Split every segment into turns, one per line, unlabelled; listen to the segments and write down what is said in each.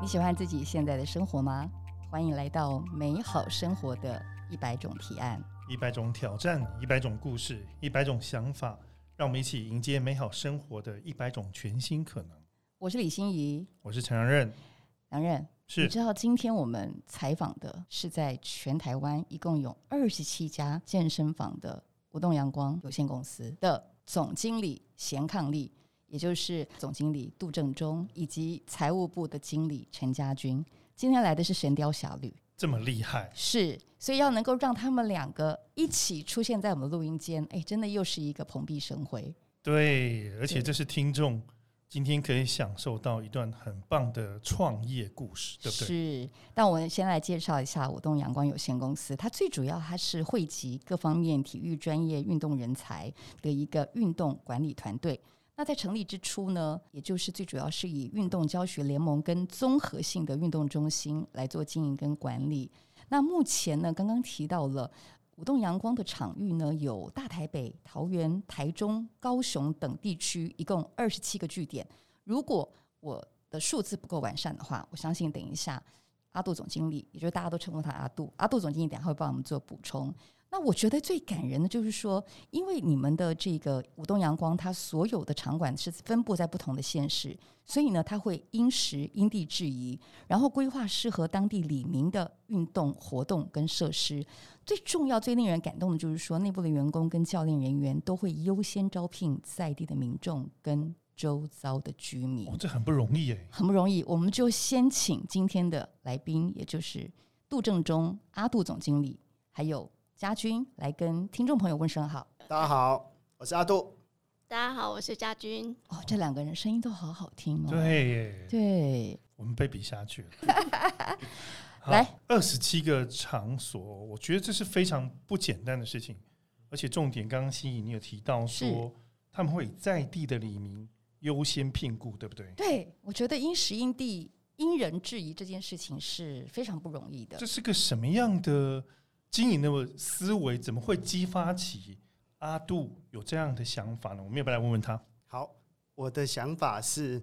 你喜欢自己现在的生活吗？欢迎来到美好生活的一百种提案。
一百种挑战，一百种故事，一百种想法，让我们一起迎接美好生活的一百种全新可能。
我是李欣怡，
我是陈阳任，
梁任。你
是
知道今天我们采访的是在全台湾一共有二十七家健身房的无动阳光有限公司的总经理咸抗力，也就是总经理杜正中以及财务部的经理陈家军。今天来的是《神雕侠侣》，
这么厉害，
是，所以要能够让他们两个一起出现在我们的录音间，哎，真的又是一个蓬荜生辉。
对，而
对
且这是听众今天可以享受到一段很棒的创业故事，对不对？
是，但我们先来介绍一下舞动阳光有限公司。它最主要它是汇集各方面体育专业运动人才的一个运动管理团队。那在成立之初呢，也就是最主要是以运动教学联盟跟综合性的运动中心来做经营跟管理。那目前呢，刚刚提到了舞动阳光的场域呢，有大台北、桃园、台中、高雄等地区，一共二十七个据点。如果我的数字不够完善的话，我相信等一下阿杜总经理，也就是大家都称呼他阿杜，阿杜总经理等一下会帮我们做补充。那我觉得最感人的就是说，因为你们的这个舞动阳光，它所有的场馆是分布在不同的县市，所以呢，它会因时因地制宜，然后规划适合当地里民的运动活动跟设施。最重要、最令人感动的就是说，内部的员工跟教练人员都会优先招聘在地的民众跟周遭的居民。
哦，这很不容易哎，
很不容易，我们就先请今天的来宾，也就是杜正中、阿杜总经理，还有家军来跟听众朋友问声好。
大家好，我是阿杜。
大家好，我是家军。
哦，这两个人声音都好好听哦。
对耶，
对
我们被比下去 了。
来，
二十七个场所，我觉得这是非常不简单的事情，而且重点，刚刚心怡你有提到
是
说，他们会以在地的李明优先聘雇，对不对？
对，我觉得因时因地、因人制宜这件事情是非常不容易的
这。是个什么样的经营的思维？怎么会激发起阿杜有这样的想法呢？我们要不要来问问他？
好，我的想法是，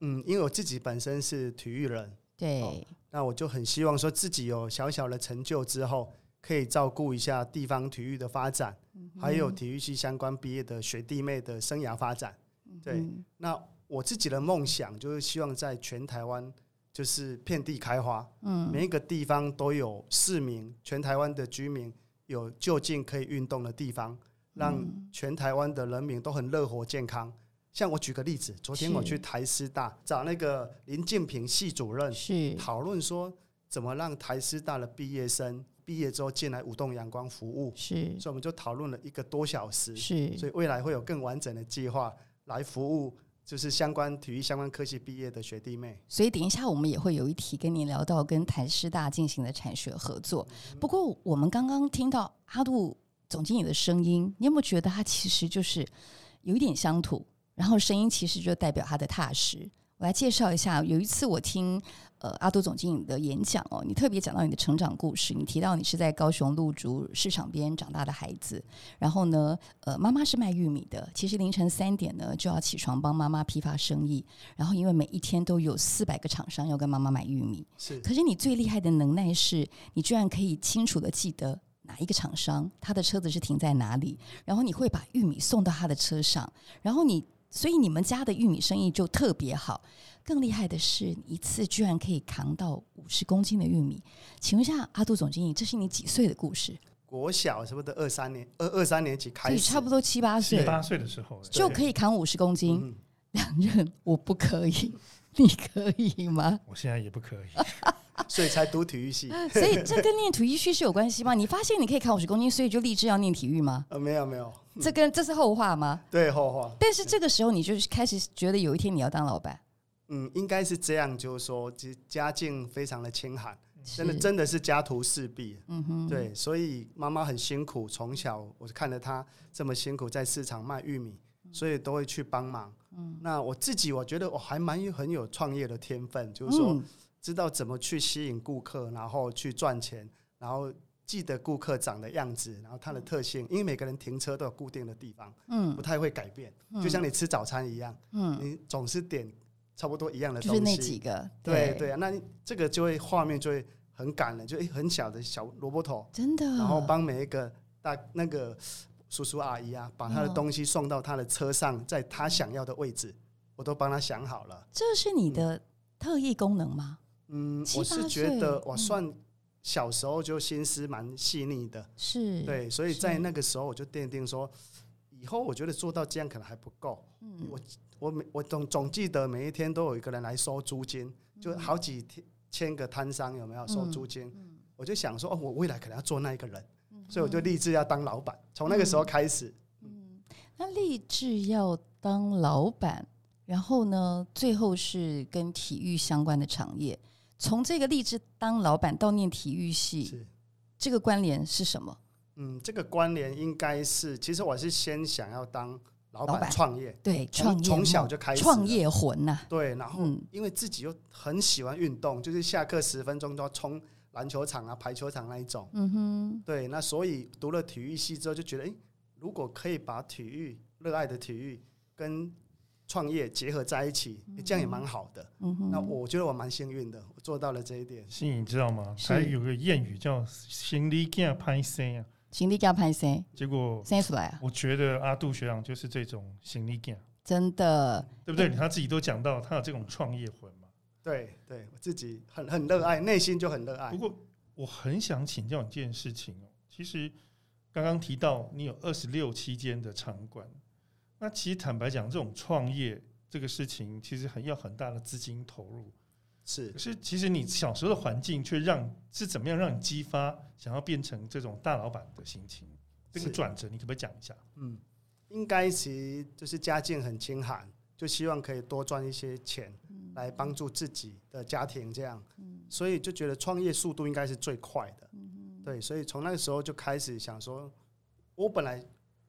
嗯，因为我自己本身是体育人，
对
哦，那我就很希望说自己有小小的成就之后，可以照顾一下地方体育的发展，
嗯
还有体育系相关毕业的学弟妹的生涯发展。对，
嗯
那我自己的梦想就是希望在全台湾就是遍地开花，
嗯，
每一个地方都有市民，全台湾的居民有就近可以运动的地方，
嗯
让全台湾的人民都很热活健康。像我举个例子，昨天
是
我去台师大找那个林建平系主任
嗯是
讨论说，怎么让台师大的毕业生毕业之后进来舞动阳光服务，
是
所以我们就讨论了一个多小时。
是，
所以未来会有更完整的计划来服务，就是相关体育相关科系毕业的学弟妹。
所以等一下我们也会有一题跟您聊到跟台师大进行的产学合作。不过我们刚刚听到阿杜总经理的声音，你有没有觉得他其实就是有一点乡土，然后声音其实就代表他的踏实？我来介绍一下，有一次我听呃阿杜总经理的演讲哦，你特别讲到你的成长故事，你提到你是在高雄鹿竹市场边长大的孩子，然后呢，呃，妈妈是卖玉米的，其实凌晨三点呢就要起床帮妈妈批发生意，然后因为每一天都有四百个厂商要跟妈妈买玉米，
是
可是你最厉害的能耐是，你居然可以清楚的记得哪一个厂商，他的车子是停在哪里，然后你会把玉米送到他的车上，然后你，所以你们家的玉米生意就特别好。更厉害的是，你一次居然可以扛到五十公斤的玉米。请问一下，阿杜总经理，这是你几岁的故事？
国小什么的，二三年二二三年级开
所以
始，
差不多七八
十
岁
八岁的时候
就
对
可以扛五十公斤。
嗯
两任我不可以，你可以吗？
我现在也不可 以，
所以才读体育系。
所以这跟念体育系是有关系吗？你发现你可以扛五十公斤，所以就立志要念体育吗？
呃，没有没有，
这跟这是后话吗？
对后话，
但是这个时候你就是开始觉得有一天你要当老板，
嗯，应该是这样，就是说，其实家境非常的清寒，真的
是
真的是家徒四壁，
嗯哼，
对，所以妈妈很辛苦，从小我看着她这么辛苦在市场卖玉米，所以都会去帮忙。嗯，那我自己我觉得我还蛮有很有创业的天分，就是说，
嗯
知道怎么去吸引顾客，然后去赚钱，然后记得顾客长的样子，然后它的特性，因为每个人停车都有固定的地方，
嗯
不太会改变，就像你吃早餐一样，
嗯
你总是点差不多一样的
就
东
是
西。
那几个，
对对啊，那你这个就会画面就会很感人，就一很小的小萝卜头，
真的。
然后帮每一个大那个叔叔阿姨啊，把他的
嗯
东西送到他的车上，在他想要的位置，我都帮他想好了。
这是你的特异功能吗？
嗯，
七
我
八
是觉得
岁
我
嗯
算小时候就心思蛮细腻的，
是，，
对，所以
是
在那个时候我就奠定说，以后我觉得做到这样可能还不够。
嗯
我我每我总总记得每一天都有一个人来收租金，就好几天千个摊商有没有收
嗯
租金？
嗯
我就想说，哦，我未来可能要做那一个人，
嗯
所以我就立志要当老板。从那个时候开始，
嗯，那立志要当老板，然后呢，最后是跟体育相关的产业。从这个立志当老板到念体育系，
是
这个关联是什么？
嗯，这个关联应该是，其实我是先想要当老
老板
板创业，
对，
从
创业
从小
梦
就开始
创
了哦
业魂呐、
对，然后
嗯
因为自己又很喜欢运动，就是下课十分钟都要冲篮球场啊、排球场那一种。
嗯哼，
对，那所以读了体育系之后，就觉得，诶，如果可以把体育热爱的体育跟创业结合在一起，诶这样也蛮好的。
嗯哼，
那我觉得我蛮幸运的，我做到了这一点。
是你知道吗？
是
还有个谚语叫“行李架拍生”啊，
行李给他拍谁？
结果
生出来啊！
我觉得阿杜学长就是这种行李架，
真的，
对不对？他自己都讲到他有这种创业魂嘛。
对对，我自己很很热爱，内心就很热爱
不。过我很想请教你一件事情哦，其实刚刚提到你有二十六期间的场馆，那其实坦白讲，这种创业这个事情其实很要很大的资金投入，
是
可是其实你小时候的环境却让是怎么样让你激发想要变成这种大老板的心情？这个
是
转折你可不可以讲一下？
嗯，应该其实就是家境很清寒，就希望可以多赚一些钱
嗯
来帮助自己的家庭，这样，所以就觉得创业速度应该是最快的，
嗯
对，所以从那个时候就开始想说，我本来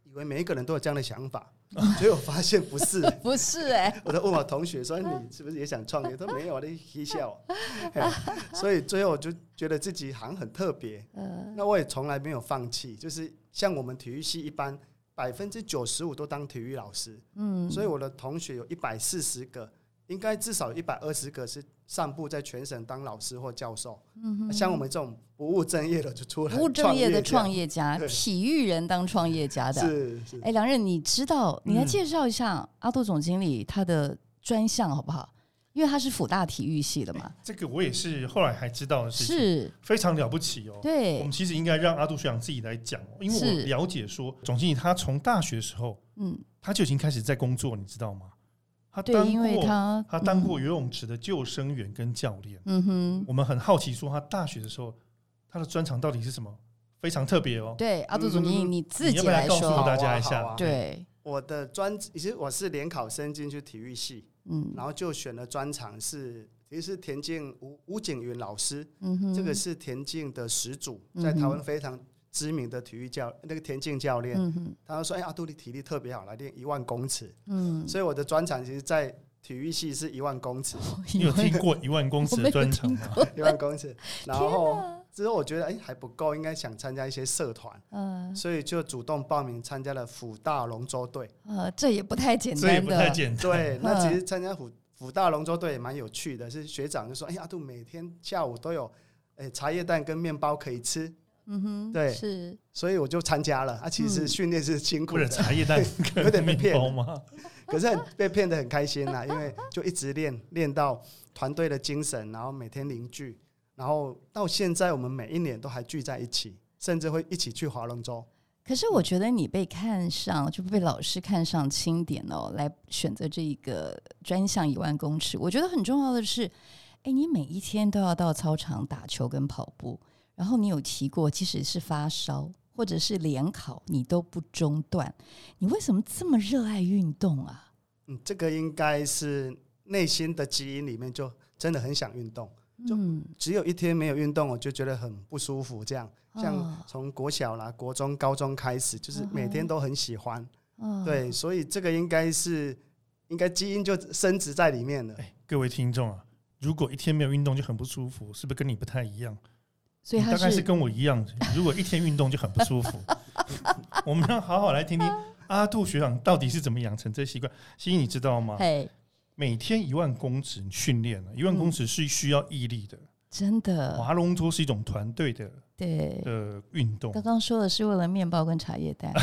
以为每一个人都有这样的 想法，结果发现不是，
不是哎、
我都问我同 学说哎你是不是也想创业，他说没有，我在嬉笑， 嘿所以最后我就觉得自己好像很特别，
呃，
那我也从来没有放弃，就是像我们体育系一般，百分之九十五都当体育老师，
嗯，
所以我的同学有一百四十个，应该至少一百二十个是散布在全省当老师或教授。嗯、像我们这种不务正业的就出来
不务正业的创
业
业家，
对
体育人当创业家
家
的，
是是
哎，梁任，你知道，你来
嗯
介绍一下阿杜总经理他的专项好不好？因为他是辅大体育系的嘛，
这个我也哎是后来还知道的事情，
是，
非常了不起哦。我
对
们，其实应该让阿杜学长自己来讲哦，因为我
是
了解说，总经理他从大学时候
嗯，
他就已经开始在工作，你知道吗？他当
对，因为
过
他
他当，过
嗯
游泳池的救生员跟教练。
嗯哼，
我们很好奇说，他大学的时候他的专长到底是什么？非常特别哦。
对，阿杜总经理
嗯
你自
你要
己
不要
来
告诉
好
说，
大家
啊
一下
好啊
对，
我的专，其实我是联考生进去体育系，
嗯
然后就选的专长是，其实是田径吴吴景云老师，
嗯哼，
这个，是田径的始祖，
嗯
在台
哼
湾非常知名的体育教那个田径教练。
嗯哼，
他就说：“哎，阿杜你体力特别好，来练一万公尺。
嗯，
所以我的专长其实，在体育系是一万公尺，
你有听过一万公尺的专场吗？
一万公 尺。然后
哪
之后我觉得哎还不够，应该想参加一些社团，
呃
所以就主动报名参加了辅大龙舟队。
呃，这也不太简
这也
单
不
的，
太简单。
对，那
嗯
其实参加辅辅大龙舟队也蛮有趣的，是学长就说：哎，阿杜每天下午都有哎茶叶蛋跟面包可以吃，
嗯哼，
对
是，
所以我就参加了。啊，其实
嗯
训练是辛苦
或者
的，
茶叶蛋
有
跟
点被
面
骗
包吗？
可是很被骗得很开心啦，因为就一直练练到团队的精神，然后每天凝聚，然后到现在我们每一年都还聚在一起，甚至会一起去划龙舟。
可是
嗯
我觉得你被看上，就被老师看上清点哦，来选择这一个专项一万公尺。我觉得很重要的是，哎，你每一天都要到操场打球跟跑步，然后你有提过，即使是发烧或者是联考，你都不中断。你为什么这么热爱运动啊？
嗯，这个应该是内心的基因里面就真的很想运动，就
嗯，
只有一天没有运动，我就觉得很不舒服。这样，像
哦嗯
从国小啦、国中、高中开始，就是每天都很喜欢。
哦
对，所以这个应该是应该基因就升值在里面了。
哎，各位听众啊，如果一天没有运动就很不舒服，是不是跟你不太一样？
所以
你
他
大概是
是
跟我一样，如果一天运动就很不舒 服。我
嗯
们要好好来听听阿杜学长到底是怎么养成这习惯。其实你知道吗？
哎，
每天一万公尺训练啊了，一
嗯
万公尺是需要毅力的。
真的，
划龙舟是一种团队的
嗯对。
的运动
刚，刚说的是为了面包跟茶叶蛋，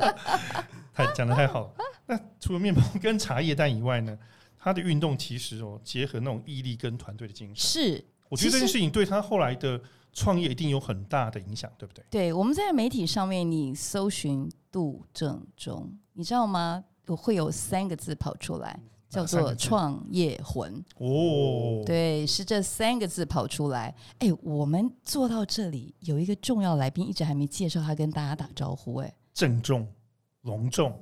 太讲的太好了。那除了面包跟茶叶蛋以外呢，他的运动其实哦，结合那种毅力跟团队的精神，
是
我觉得这
其
件
实
事情对他后来的创业一定有很大的影响，对不对？
对，我们在媒体上面，你搜寻杜正中，你知道吗？我会有三个字跑出来，叫
三个
做“
字
创业魂”。
哦，
对，是这三个字跑出来。哎，我们坐到这里，有一个重要来宾一直还没介绍，他跟大家打招呼。哎，
郑重、隆重、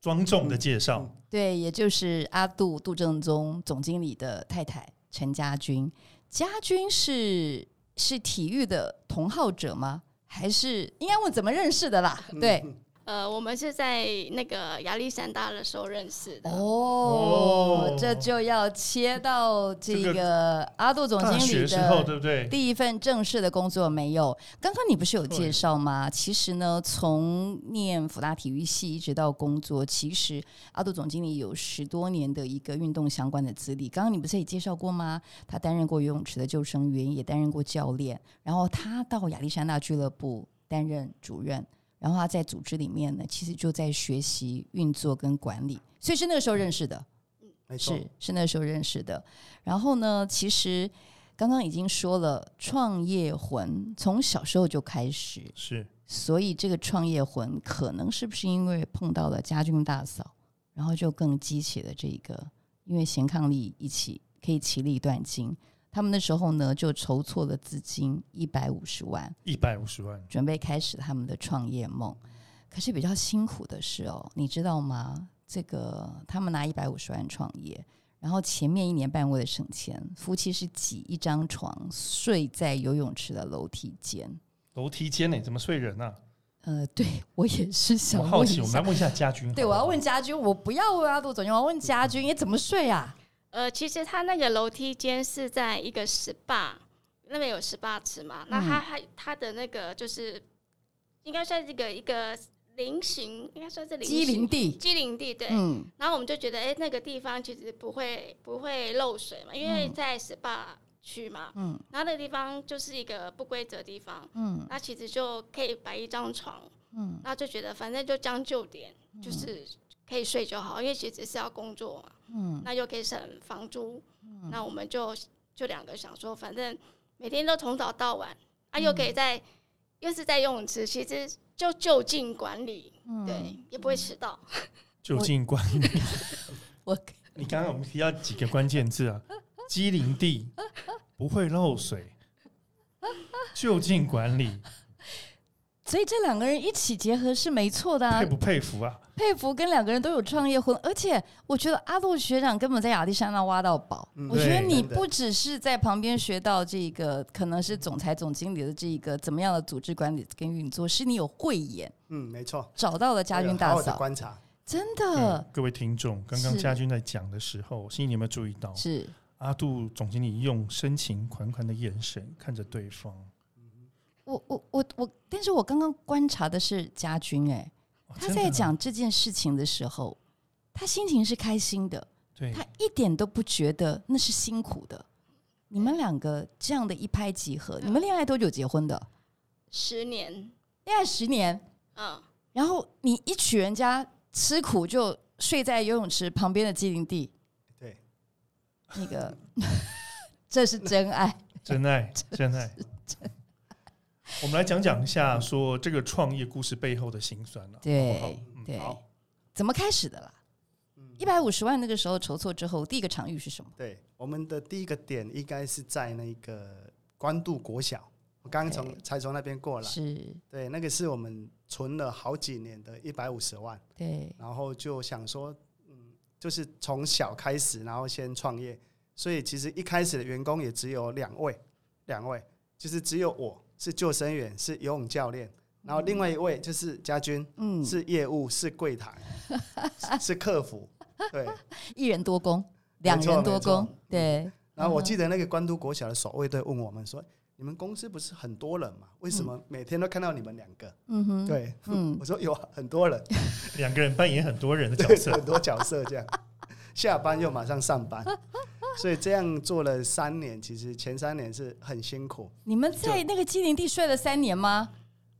庄重的介绍。
嗯
对，也就是阿杜杜正宗总经理的太太陈家军。家军是是体育的同好者吗？还是应该问怎么认识的啦？
嗯
嗯
对，
呃，我们是在那个亚历山大的时候认识的。
哦
哦，
这就要切到这
这
个阿杜总
大
经
学
理
时候，
的
对不对？
第一份正式的工作没有。刚刚你不是有介绍吗？其实呢，从念辅大体育系一直到工作，其实阿杜总经理有十多年的一个运动相关的资历。刚刚你不是也介绍过吗？他担任过游泳池的救生员，也担任过教练，然后他到亚历山大俱乐部担任主任。然后他在组织里面呢，其实就在学习运作跟管理，所以是那个时候认识的。
没错
是，是那时候认识的。然后呢，其实刚刚已经说了，创业魂从小时候就开始，
是
所以这个创业魂可能是不是因为碰到了家军大嫂，然后就更激起了这个，因为贤伉俪一起可以其利断金。他们那时候呢，就筹措了资金一百五十万，
一百五十万，
准备开始他们的创业梦。可是比较辛苦的是哦，你知道吗？这个他们拿一百五十万创业，然后前面一年半为了省钱，夫妻是挤一张床睡在游泳池的楼梯间。
楼梯间呢，怎么睡人啊？
呃，对我也是
我
想
好
问
奇，
一
我们来
下，
问一下家军。
对
好
我
不好
要问家军，我不要问阿杜总监，我要问家军，你怎么睡啊？
呃，其实它那个楼梯间是在一个 SPA 那边有 SPA 池嘛，那它
嗯
还它的那个就是应该算是一个一个菱形，应该算是菱
机灵
形
地，
机灵地对。
嗯，
然后我们就觉得，哎、那个地方其实不会不会漏水嘛，因为
嗯
在 SPA 区嘛，
嗯，
然后那个地方就是一个不规则的地方，
嗯，
那其实就可以摆一张床，嗯，那就觉得反正就将就点，
嗯
就是可以睡就好，因为其实是要工作嘛，嗯，那又可以省房租，
嗯
那我们就就两个想说，反正每天都从早到晚，
嗯
啊，又可以在、又是在游泳池，其实就就近管理，
嗯
对，也不会迟到。
就近管理。
我
你刚刚我们提到几个关键字啊，机灵地，不会漏水，就近管理，
所以这两个人一起结合是没错的啊
佩，不佩服啊？
佩服跟两个人都有创业魂，而且我觉得阿杜学长根本在亚历山大挖到宝。
嗯
我觉得
对
你
真的
不只是在旁边学到这个可能是总裁、总经理的这个怎么样的组织管理跟运作，是你有慧眼
嗯，没错。
找到了家
对
军
好
大
好地
嫂，
观察，
真的
嗯各位听众，刚刚
是
家军在讲的时候，心里有没有注意到？
是
阿杜总经理用深情款款的眼神看着对方，
我我我我，但是我刚刚观察的是家军，哎，
哦
他
真的
在
啊
讲这件事情的时候，他心情是开心的，
对
他一点都不觉得那是辛苦的。你们两个这样的一拍即合，你们恋爱多久结婚的？
十年，
恋爱十年，
嗯，
然后你一娶人家吃苦，就睡在游泳池旁边的机灵地，
对，
那 个这是真爱。
真爱，真爱。我们来讲讲一下，说这个创业故事背后的辛酸了、好不好
对
嗯
对
好，
怎么开始的啦？
嗯
一百五十万那个时候筹措之后，第一个场域是什么？
对，我们的第一个点应该是在那个关渡国小，我刚从才从那边过来。
是
对，那个是我们存了好几年的一百五十万，
对，
然后就想说，嗯，就是从小开始，然后先创业，所以其实一开始的员工也只有两位，两位，就是只有我是救生员，是游泳教练，然后另外一位就是家军，
嗯，
是业务，是柜台， 是客服，对。
一人多功，
没错
两人多
没错
功，对。
然后我记得那个关渡国小的守卫队问我们说：“你们公司不是很多人吗？为什么每天都看到你们两个？”
嗯哼，
对，
嗯
我说有很多人，
两个人扮演很多人的角
对，
色，
很多角色这样。 下班又马上上班，所以这样做了三年，其实前三年是很辛苦，
你们在那个基林地睡了三年吗？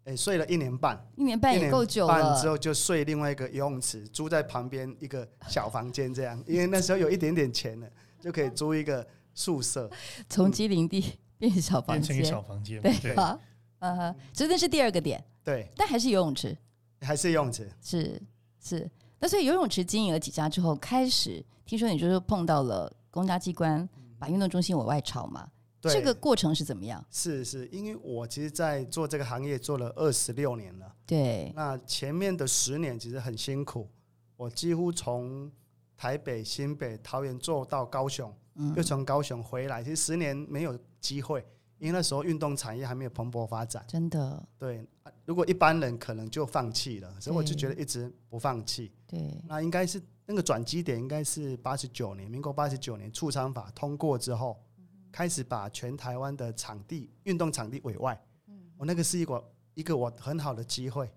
哎、睡了一年半，
一年半
一
也
年
够久
半
了
之。后就睡另外一个游泳池，租在旁边一个小房间这样，因为那时候有一点点钱了，就可以租一个宿舍。
从基林
嗯
地变小 房
变成一个
间，
小房间嘛，
对
对，
吧？嗯哼，所以那是第二个点，
对，
但还是游泳池，
还是游泳池。
是是。那所以游泳池经营了几家之后，开始听说你就是碰到了公家机关把运动中心往外炒嘛？
嗯对，
这个过程是怎么样？
是是，因为我其实，在做这个行业做了二十六年了。
对，
那前面的十年其实很辛苦，我几乎从台北、新北、桃园做到高雄，
嗯
又，从高雄回来，其实十年没有机会，因为那时候运动产业还没有蓬勃发展。
真的，
对，啊如果一般人可能就放弃了，所以我就
对
觉得一直不放弃。
对，
那应该是那个转机点，应该是八十九年，民国八十九年促商法通过之后，
嗯
开始把全台湾的场地运动场地委外。
嗯
我那个是一个一个我很好的机会，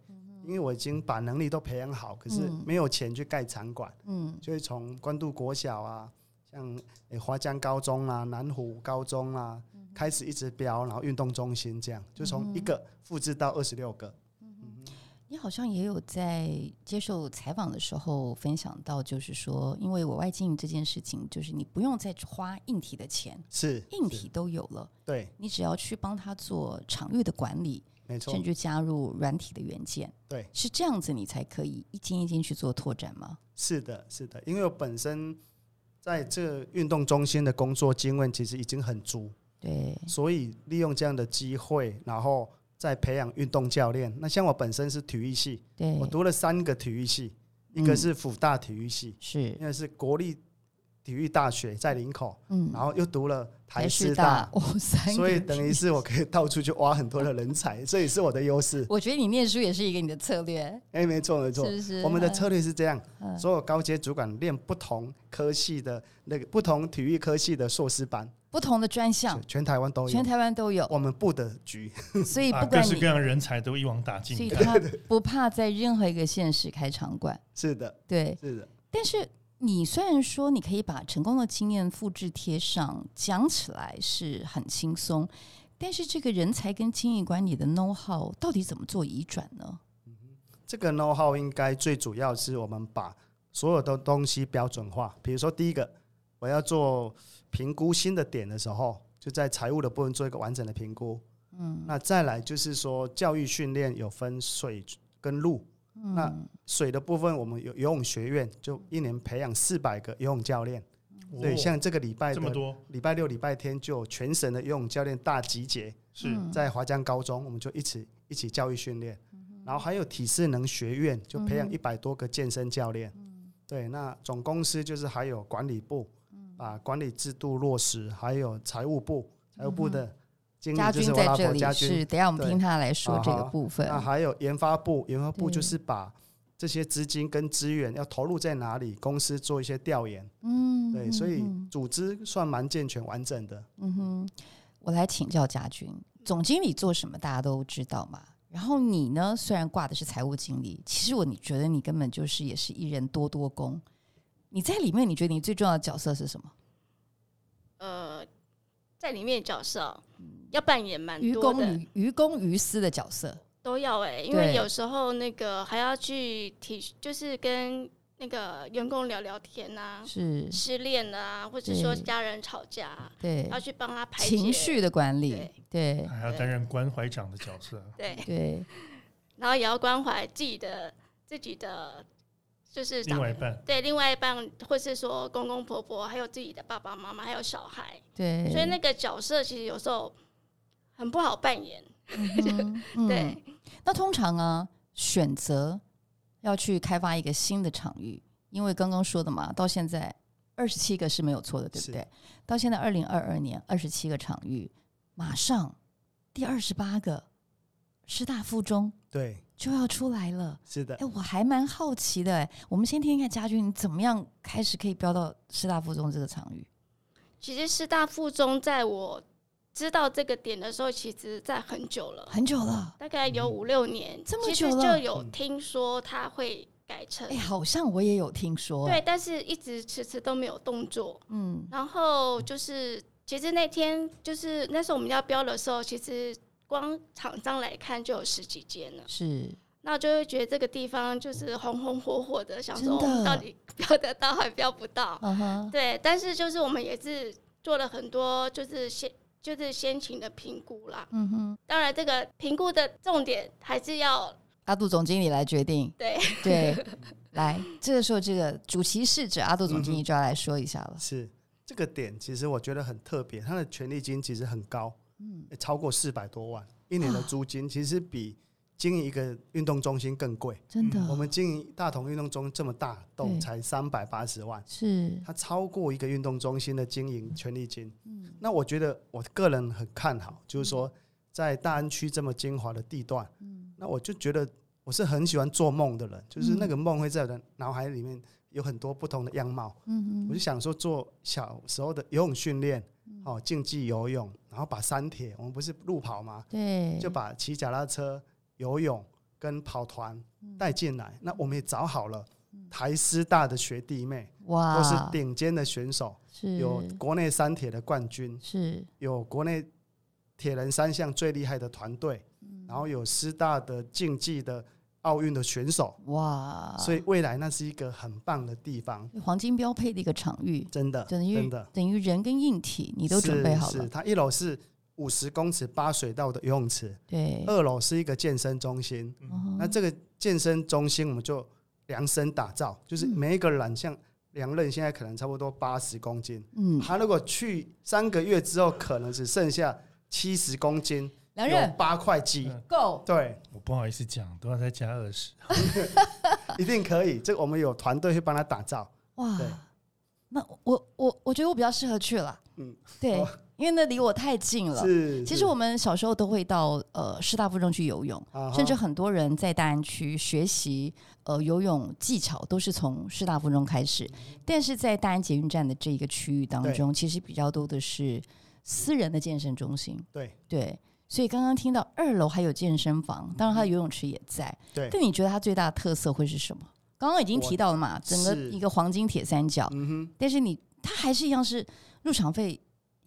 因为我已经把能力都培养好，可是
嗯
没有钱去盖场馆，
嗯
就会从关渡国小啊，像诶华江高中啊、南湖高中啊，
嗯
开始一直标，然后运动中心这样，就从一个复制到二十六个。
你好像也有在接受采访的时候分享到，就是说，因为我外经营这件事情，就是你不用再花硬体的钱，
是
硬
是
体都有了，
对，
你只要去帮他做场域的管理，
没错
甚，至加入软体的元件，
对。
是这样子，你才可以一间一间去做拓展吗？
是的，是的，因为我本身在这运动中心的工作经验其实已经很足，
对，
所以利用这样的机会，然后再培养运动教练。那像我本身是体育系，
对，
我读了三个体育系，一
嗯
个是辅大体育系，
是
因，为是国立体育大学在林口，
嗯
然后又读了台师
师
大，，
哦，三个，
所以等于，是我可以到处去挖很多的人才，这也是我的优势。
我觉得你念书也是一个你的策略，
哎，没错，没
是
错。
不是？
我们的策略是这样
嗯，
所有高阶主管练不同科系的那个不同体育科系的硕士班，
不同的专项，
全台湾都有
全。台湾都有，
我们部的局
所以
把
不
啊各
管
式
你
各样的人才都一网打
所以
尽。
他不怕在任何一个县市开场馆。
是的，
对，
是的，
但是你虽然说你可以把成功的经验复制贴上，讲起来是很轻松，但是这个人才跟经营管理的 know how 到底怎么做移转呢？
这个 know how 应该最主要是我们把所有的东西标准化。比如说，第一个，我要做评估新的点的时候，就在财务的部分做一个完整的评估。嗯，那再来就是说，教育训练有分水跟路。那水的部分，我们有游泳学院，就一年培养四百个游泳教练。对，
哦
像这个礼拜
这么
的
多
礼拜六、礼拜天就有全省的游泳教练大集结，
是
嗯
在华江高中，我们就一起一起教育训练。然后还有体适能学院，就培
嗯
养一百多个健身教练。对，那总公司就是还有管理部，
嗯
把管理制度落实，还有财务部，财务部的经
嗯家
理就
军
是我
在
老
这
婆
里
家
是，
军。
等一下我们
对
听他来说
啊
这个
好
部分。
那还有研发部，
嗯
研发部
对
就是把这些资金跟资源要投入在哪里，公司做一些调研。
嗯，
对，
嗯
所以
嗯
组织算蛮健全完整的。
嗯哼，我来请教家军，总经理做什么大家都知道嘛。然后你呢，虽然挂的是财务经理，其实我你觉得你根本就是也是一人多多工。你在里面，你觉得你最重要的角色是什么？
呃，在里面的角色哦要扮演蛮
于
多
嗯公
的，
于于公于私的角色，
都要哎、因为
对
有时候那个还要去提，就是跟那个员工聊聊天啊呐、
是
失恋啊，或者说
对
家人吵架啊，
对
要去帮他排解
情，绪的管理，对
还要担任关怀长的角色，啊
对，
对
然后也要关怀自己的自己的，就是
另
长
外一半
对另外一半，或是说公公婆婆，还有自己的爸爸妈妈，还有小孩，
对，
所以那个角色其实有时候很不好扮演。
嗯哼嗯
对，
那通常啊，选择要去开发一个新的场域，因为刚刚说的嘛，到现在二十七个是没有错的，对不
是
对？到现在二零二二年，二十七个场域，马上第二十八个师大附中
对，
就要出来了。
是的
哎，，我还蛮好奇的哎，我们先听一下家军，你怎么样开始可以飙到师大附中这个场域？
其实师大附中在我知道这个点的时候，其实在很久了，
很久了，
大概有五六年，
嗯这么
其实
久了嗯
就有听说他会改成
哎，好像我也有听说，啊
对，，但是一直迟迟都没有动作。
嗯
然后就是，其实那天就是那时候我们要标的时候，其实光厂商来看就有十几间了，
是，
那就会觉得这个地方就是红红火火的，想说
真的
我们到底 标得到还标不到？
嗯哼，
对，但是就是我们也是做了很多就是先就是先情的评估啦。
嗯哼，
当然，这个评估的重点还是要
阿杜总经理来决 定，
对
对，来，这个时候这个主席是指阿杜总
嗯
经理就要来说一下了，
是这个点，其实我觉得很特别，它的权利金其实很高，欸
嗯，
超过四百多万，一年的租金其实比经营一个运动中心更贵。
真的，
我们经营大同运动中这么大栋
嗯对
才三百八十万，
是，
它超过一个运动中心的经营权利金。
嗯
那我觉得我个人很看好，就是说在大安区这么精华的地段，
嗯
那我就觉得我是很喜欢做梦的人，就是那个梦会在我的脑海里面有很多不同的样貌。
嗯哼，
我就想说做小时候的游泳训练，哦，竞技游泳，然后把三铁，我们不是路跑吗？
对，
就把骑脚踏车、游泳跟跑团
嗯
带进来。那我们也找好了台师大的学弟妹，
哇，
都是顶尖的选手，
是
有国内三铁的冠军，
是
有国内铁人三项最厉害的团队，
嗯
然后有师大的竞技的奥运的选手，
哇，
所以未来那是一个很棒的地方，
黄金标配的一个场域，
真的，
等于
真的。
等于人跟硬体你都准备好
是，是
了，
它一楼是五十公尺八水道的游泳池，
对，
二楼是一个健身中心。
哦
嗯那这个健身中心我们就量身打造，就是每一个人像梁任现在可能差不多八十公斤，
嗯，
他如果去三个月之后，可能只剩下七十公斤，
梁
有
任
八块肌。
嗯
够，
对，
我不好意思讲，都要再加二十。
一定可以。这个我们有团队去帮他打造。
哇
对，
那我我我觉得我比较适合去了，
嗯，
对
哦，
因为那离我太近了。
是，
其
是
实我们小时候都会到呃师大附中去游泳，
啊哈
甚至很多人在大安区学习呃游泳技巧都是从师大附中开始。
嗯
但是在大安捷运站的这一个区域当中，其实比较多的是私人的健身中心，
对
对。所以刚刚听到二楼还有健身房，当然它游泳池也在。
嗯对
但你觉得它最大的特色会是什么？刚刚已经
我
提到了嘛，整个
是
一个黄金铁三角，
嗯哼，
但是你它还是一样是入场费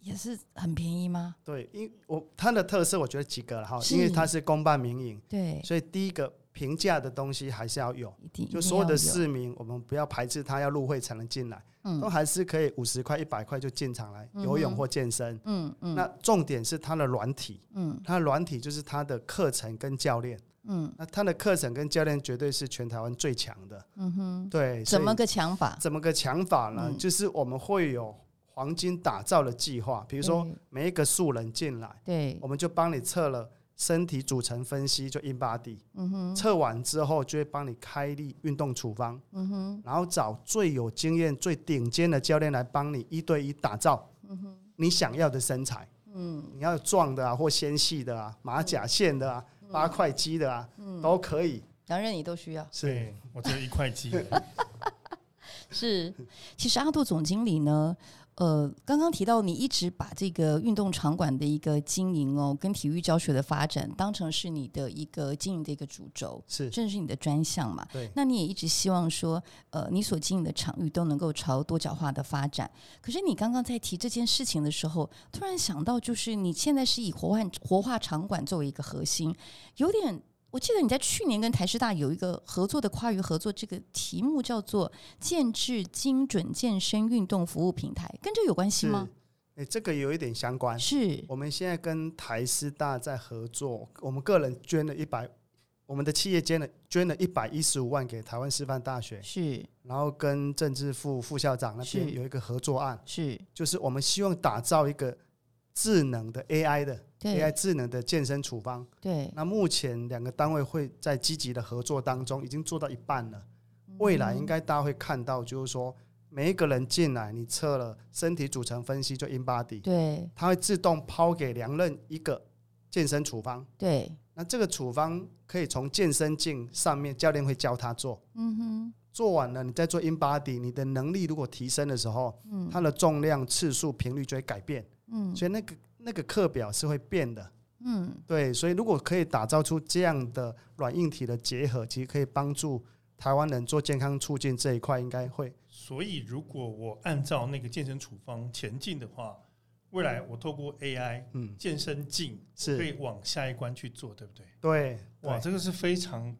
也是很便宜吗？
对，因我它的特色我觉得几个了哈，
是
因为它是公办民营，
对，
所以第一个平价的东西还是要有，
一定
就所有的，
一定
市民我们不要排斥他要入会才能进来，
要有
都
嗯
还是可以五十块一百块就进场来游
嗯
泳
哼
或健身。
嗯嗯，
那重点是它的软体，
嗯
它的软体就是它的课程跟教练，
嗯
那它的课程跟教练绝对是全台湾最强的。
嗯哼，
对，
怎么
所以
个抢法？
怎么个强法呢？
嗯
就是我们会有黄金打造的计划，
比
比如说每一个素人进来，
对
我，们就帮你测了身体组成分析，就 in body，
嗯哼
测完之后就会帮你开立运动处方，
嗯哼
然后找最有经验、最顶尖的教练来帮你一对一打造你想要的身材。
嗯
你要壮的啊，或纤细的啊，马甲线的啊，八块肌的啊，
嗯，
都可以。
两人你都需要
是
对，哎我只有一块肌。
是。其实阿杜总经理呢，呃，刚刚提到你一直把这个运动场馆的一个经营哦，跟体育教学的发展当成是你的一个经营的一个主轴，
是，
正是你的专项嘛。
对，
那你也一直希望说，呃，你所经营的场域都能够朝多角化的发展。可是你刚刚在提这件事情的时候，突然想到，就是你现在是以活化活化场馆作为一个核心，有点。我记得你在去年跟台师大有一个合作的跨域合作，这个题目叫做“建制精准健身运动服务平台”，跟这有关系
是
吗？。
哎、这个有一点相关。
是，
我们现在跟台师大在合作，我们个人捐了一百，我们的企业捐了捐了一百一十五万给台湾师范大学，
是，
然后跟政治副副校长那
是
边有一个合作案，
是，
就是我们希望打造一个智能的 AI 的 AI
对，
智能的健身处方。
对，啊
那目前两个单位会在积极的合作当中，已经做到一半了。
嗯
未来应该大家会看到，就是说每一个人进来，你测了身体组成分析就 in body，
对，
它会自动抛给梁任一个健身处方。
对，
那这个处方可以从健身镜上面，教练会教他做。
嗯哼，
做完了，你再做 in body，你的能力如果提升的时候，
嗯
它的重量、次数、频率就会改变，
嗯
所以那个那个课表是会变的。
嗯，
对，所以如果可以打造出这样的软硬体的结合，其实可以帮助台湾人做健康促进这一块应该会
所以，如果我按照那个健身处方前进的话，未来我透过 AI
嗯
健身镜可
是
以往下一关去做，对不对？
对
哇，
哇
这个是非常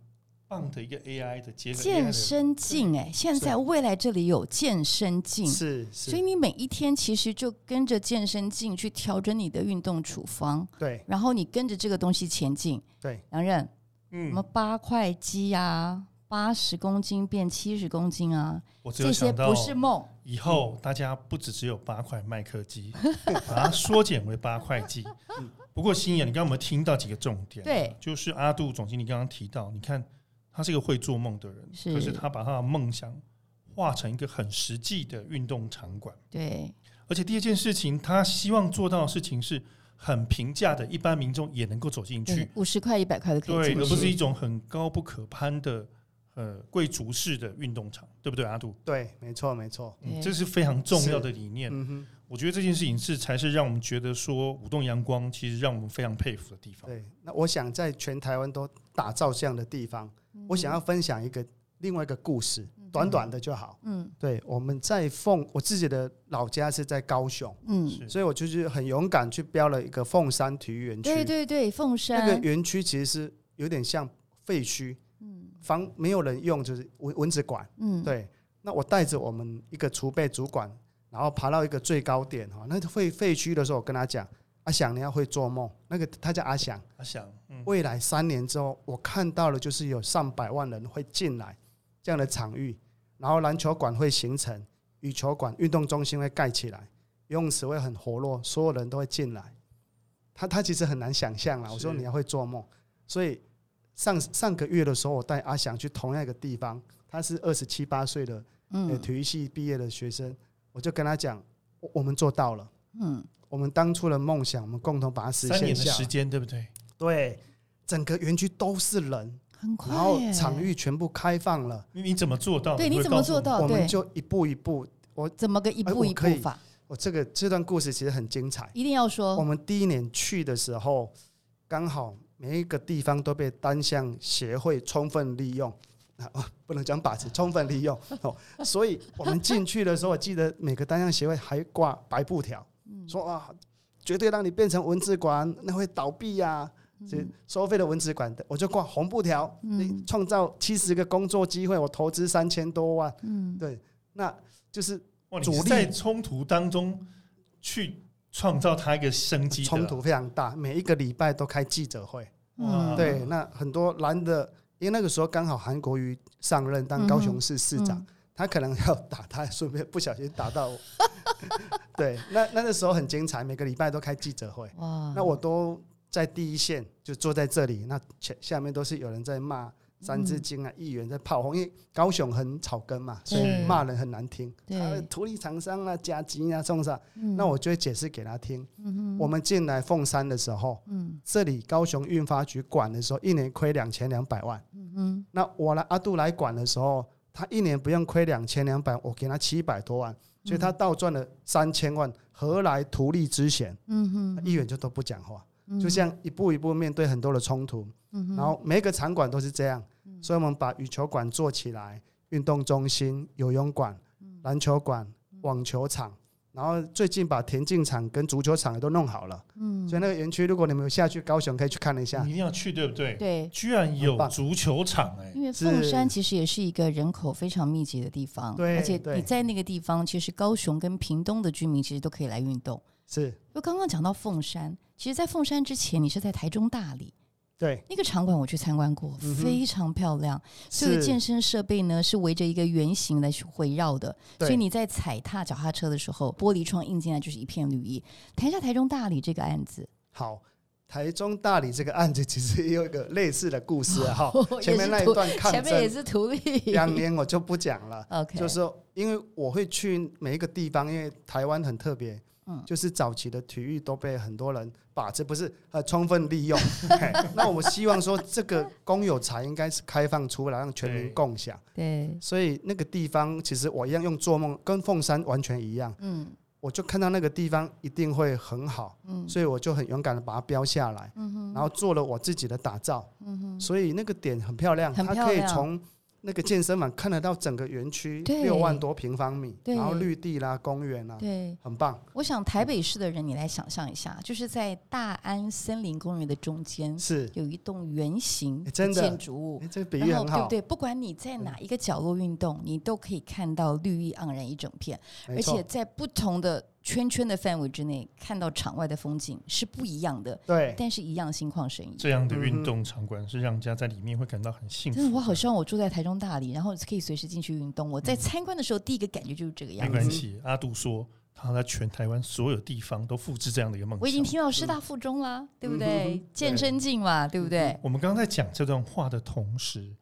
棒的一个 AI 的嗯结合 AI 的
健身镜哎、现在未来这里有健身镜，
是
所以
是
你每一天其实就跟着健身镜去调整你的运动处方，
对
然后你跟着这个东西前进。
对
梁任，什么
嗯，
八块肌啊，八十公斤变七十公斤啊，
我只有
这些
想到
不是梦。
以后大家不只只有八块麦克 鸡，把它缩减为八块鸡。不过，新妍，你刚刚有没有听到几个重点？
对，
就是阿杜总经理刚刚提到，你看他是一个会做梦的人，
是
可是他把他的梦想化成一个很实际的运动场馆。
对，
而且第二件事情，他希望做到的事情是很平价的，一般民众也能够走进去，
五十块、一百块都可以
对，
进
而
去，
不是一种很高不可攀的呃贵族式的运动场，对不对，阿杜？
对，没错没错，
嗯
对
这是非常重要的理念。
嗯哼，
我觉得这件事情是才是让我们觉得说舞动阳光，其实让我们非常佩服的地方。
对。那我想在全台湾都打造这样的地方，
嗯
我想要分享一个另外一个故事，短短的就好。
嗯
对，我们在凤，我自己的老家是在高雄，
嗯，
是
所以我就是很勇敢去标了一个凤山体育园区。
对对对，凤
那个
山，
园区其实是有点像废墟，
嗯
房没有人用，就是蚊蚊子馆。
嗯，
对，那我带着我们一个储备主管，然后爬到一个最高点哈，那废废墟的时候，我跟他讲，阿翔你要会做梦。那个他叫阿翔，
阿翔，嗯，
未来三年之后，我看到了就是有上百万人会进来这样的场域，然后篮球馆会形成，羽球馆、运动中心会盖起来，游泳池会很活络，所有人都会进来。他他其实很难想象啦，我说
是
你要会做梦，所以上上个月的时候，我带阿翔去同样一个地方，他是二十七八岁的呃
嗯
体育系毕业的学生，我就跟他讲，我我们做到了，
嗯，
我们当初的梦想，我们共同把它实
三年
现
的
下
时
来。
间，对不对？
对，整个园区都是人，
很快耶，
然后场域全部开放了，
你你怎么做到的？
对，你
会
怎么
告
做
诉我们？
到？
我
哦对
们，就一步一步。
怎么个一
哎
步
我
一步
可以
法？
我这个这段故事其实很精彩。
一定要说
我，们第一年去的时候，刚好每一个地方都被单项协会充分利用， 啊，不能讲把持，充分利用 哦。所以我们进去的时候，我记得每个单项协会还挂白布条，说啊，绝对让你变成文字馆，那会倒闭呀、这收费的文字馆的，我就挂红布条，你创造七十个工作机会，我投资三千多万，
嗯，
对，那就是
哇，你
主
是
力
在冲突当中去创造他一个生机的
冲突非常大，每一个礼拜都开记者会，
哇
嗯
对，那很多男的，因为那个时候刚好韩国瑜上任当高雄市市长，
嗯
他可能要打他，顺便不小心打 到我。对，那那个时候很精彩，每个礼拜都开记者会，
哇，
那我都在第一线，就坐在这里，那前下面都是有人在骂。三字经啊，议员在炮轰，因为高雄很草根嘛，所以
嗯对
骂人很难听。
对
啊土地厂商啊，甲级啊，送上，
嗯
那我就会解释给他听。我们进来凤山的时候，
嗯
这里高雄运发局管的时候，一年亏两千两百万。
嗯嗯
那我来阿杜来管的时候，他一年不用亏两千两百，我给他七百多万，
嗯
所以他倒赚了三千万，何来图利之嫌？
嗯哼，
议员就都不讲话，
嗯
就像一步一步面对很多的冲突，
嗯哼嗯
然后每个场馆都是这样，所以我们把羽球馆做起来，运动中心、游泳馆、
嗯
篮球馆、网球场，然后最近把田径场跟足球场也都弄好了。
嗯
所以那个园区，如果你们有下去高雄，可以去看一下
你。一定要去，对不对？
对，嗯
居然
很
有
棒
足球场哎、
因为凤山
是
其实也是一个人口非常密集的地方，
对
而且你
对
在那个地方，其实高雄跟屏东的居民其实都可以来运动。
是
就刚刚讲到凤山，其实，在凤山之前，你是在台中大理
对，
那个场馆，我去参观过，
嗯哼
非常漂亮。所有的
是
健身设备呢是围着一个圆形来围绕的，
对
所以你在踩踏脚踏车的时候，玻璃窗映进来就是一片绿意。谈一下台中大理这个案子，
好。台中大理这个案子其实也有一个类似的故事 啊哈
哦也，是
前面那一段抗
前面也
争
是 图 利。
两年我就不讲了，
OK，
就是说因为我会去每一个地方，因为台湾很特别，
嗯
就是早期的体育都被很多人把持，不是呃充分利用。 嘿那我希望说这个公有财应该是开放出来，让全
对
民共享。
对，
所以那个地方其实我一样用做梦，跟凤山完全一样。
嗯
我就看到那个地方一定会很好，
嗯
所以我就很勇敢的把它标下来，
嗯哼
然后做了我自己的打造，
嗯哼，
所以那个点很漂亮，
很漂
它可以
亮
从那个健身房看得到整个园区
对
六万多平方米，
对
然后绿地啦、公园啦，
对，
很棒。
我想台北市的人，你来想象一下，就是在大安森林公园的中间
是，
有一栋圆形
诶哎真的
建筑物
诶，这个比喻
然后
很
对
好，嗯
不对？不管你在哪一个角落运动，你都可以看到绿意盎然一整片，
没
而
错
且在不同的圈圈的范围之内，看到场外的风景是不一样的，
对，
但是一样心旷神怡。
这
嗯
样的运动场馆是让人家在里面会感到很幸福
真的，我好希望我住在台中大理，然后可以随时进去运动。我
嗯
在参观的时候，第一个感觉就是这个样
没
子。
关系，阿杜说他在全台湾所有地方都复制这样的一个梦想。
我已经听到
嗯
师大附中啦，对不对？
嗯
健身镜嘛，对不对？
我们刚刚在讲这段话的同时，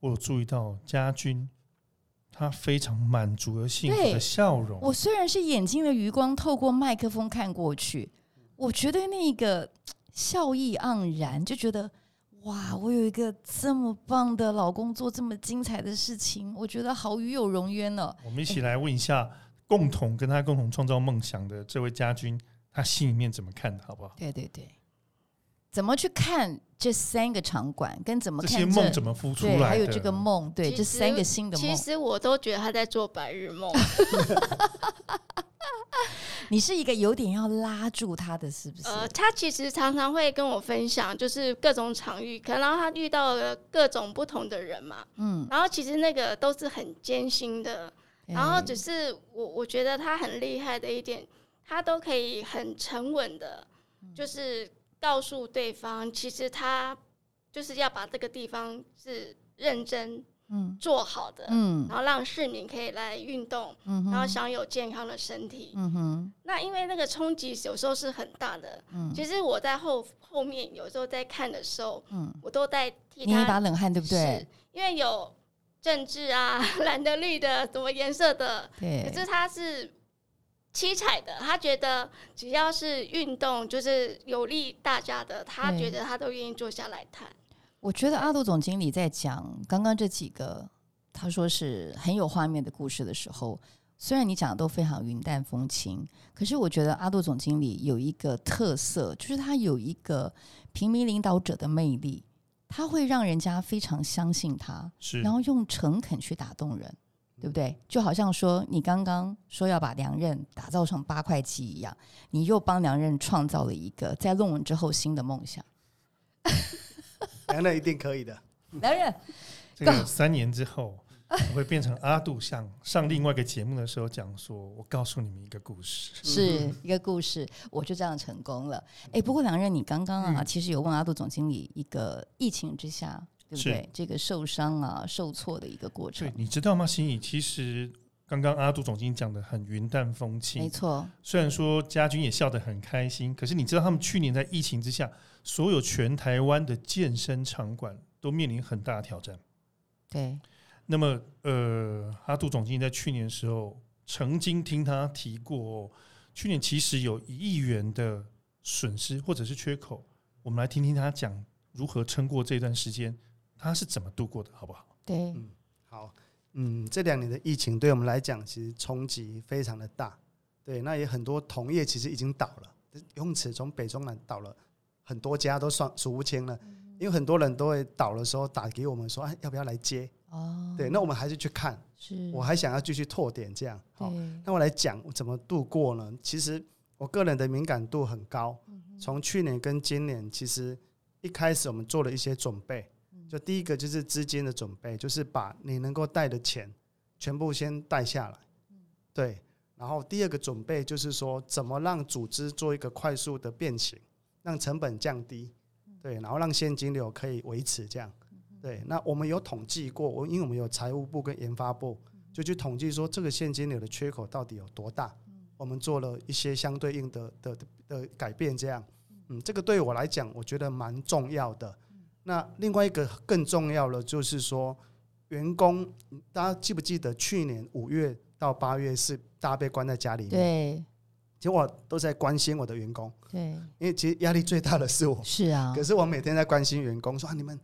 我有注意到家军他非常满足而幸福
对
的笑容。
我虽然是眼睛的余光透过麦克风看过去，我觉得那个嘖笑意盎然，就觉得哇，我有一个这么棒的老公，做这么精彩的事情，我觉得好与有荣焉哦。
我们一起来问一下，共同跟他共同创造梦想的这位家军，他心里面怎么看的，好不好？
对对对，怎么去看这三个场馆，跟怎么
这
看
些梦怎么孵出来
对，
的？
还有这个梦，对
其
这
实
三个新的
其
梦，
实我都觉得他在做白日梦，
你是一个有点要拉住他的，是不是？
呃，他其实常常会跟我分享，就是各种场域，可能然后他遇到了各种不同的人嘛，
嗯，
然后其实那个都是很艰辛的，
对
然后只是我我觉得他很厉害的一点，他都可以很沉稳的，
嗯
就是告诉对方，其实他就是要把这个地方是认真
嗯
做好的，
嗯
然后让市民可以来运动，
嗯
然后
哼
享有健康的身体。
嗯哼
那因为那个冲击有时候是很大的，
嗯
其实我在后后面有时候在看的时候，
嗯，
我都在替
捏一把
他，
冷汗，对不对
是？因为有政治啊、蓝的、绿的、什么颜色的，
对
可，是他是七彩的，他觉得只要是运动，就是有利大家的，他
对
觉得他都愿意坐下来谈。
我觉得阿杜总经理在讲刚刚这几个，他说是很有画面的故事的时候，虽然你讲的都非常云淡风轻，可是我觉得阿杜总经理有一个特色，就是他有一个平民领导者的魅力，他会让人家非常相信他，
是
然后用诚恳去打动人，
嗯
对不对？就好像说你刚刚说要把梁任打造成八块肌一样，你又帮梁任创造了一个在论文之后新的梦想。
男人一定可以的。
嗯
梁任，
这个三年之后，我会变成阿杜像上另外一个节目的时候讲说，我告诉你们一个故事。
是一个故事，我就这样成功了。
嗯
哎，不过梁任，你刚刚啊，其实有问阿杜总经理一个疫情之下，对不
是
对？这个受伤啊、受挫的一个过程
对，，你知道吗？心怡，其实刚刚阿杜总经理讲的很云淡风
没
轻，
错，
虽然说家军也笑得很开心，可是你知道他们去年在疫情之下，所有全台湾的健身场馆都面临很大的挑战。
对，
那么，呃，阿杜总经理在去年的时候曾经听他提过、哦，去年其实有一亿元的损失或者是缺口。我们来听听他讲如何撑过这段时间，他是怎么度过的，好不好？
对，
好，嗯，这两年的疫情对我们来讲，其实冲击非常的大。对，那也很多同业其实已经倒了，游泳池从北中南倒了很多家都算数不清了，因为很多人都会倒的时候打给我们说，哎、要不要来接？
哦，
对，那我们还是去看，
是，
我还想要继续拓点这样。好，
对，
那我来讲我怎么度过呢？其实我个人的敏感度很高，从去年跟今年，其实一开始我们做了一些准备，就第一个就是资金的准备，就是把你能够贷的钱全部先贷下来，对。然后第二个准备就是说，怎么让组织做一个快速的变形，让成本降低，对，然后让现金流可以维持这样。对，那我们有统计过，我因为我们有财务部跟研发部，就去统计说这个现金流的缺口到底有多大。我们做了一些相对应的的的的改变，这样，嗯，这个对我来讲，我觉得蛮重要的。那另外一个更重要的就是说，员工，大家记不记得去年五月到八月是大家被关在家里面？，
对，
其实我都在关心我的员工，
对，
因为其实压力最大的是我。
是啊
哦可，是我每天在关心员工，说、啊、你们